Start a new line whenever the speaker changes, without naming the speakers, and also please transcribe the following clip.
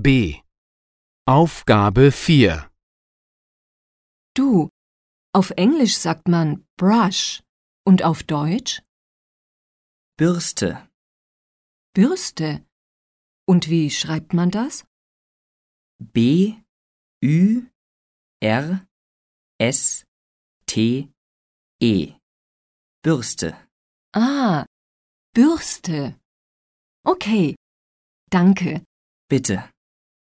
B. Aufgabe 4.
Du. Auf Englisch sagt man brush und auf Deutsch
Bürste,
Bürste. Und wie schreibt man das?
B, Ü, R, S, T, E. Bürste.
Ah, Bürste. Okay. Danke.
Bitte.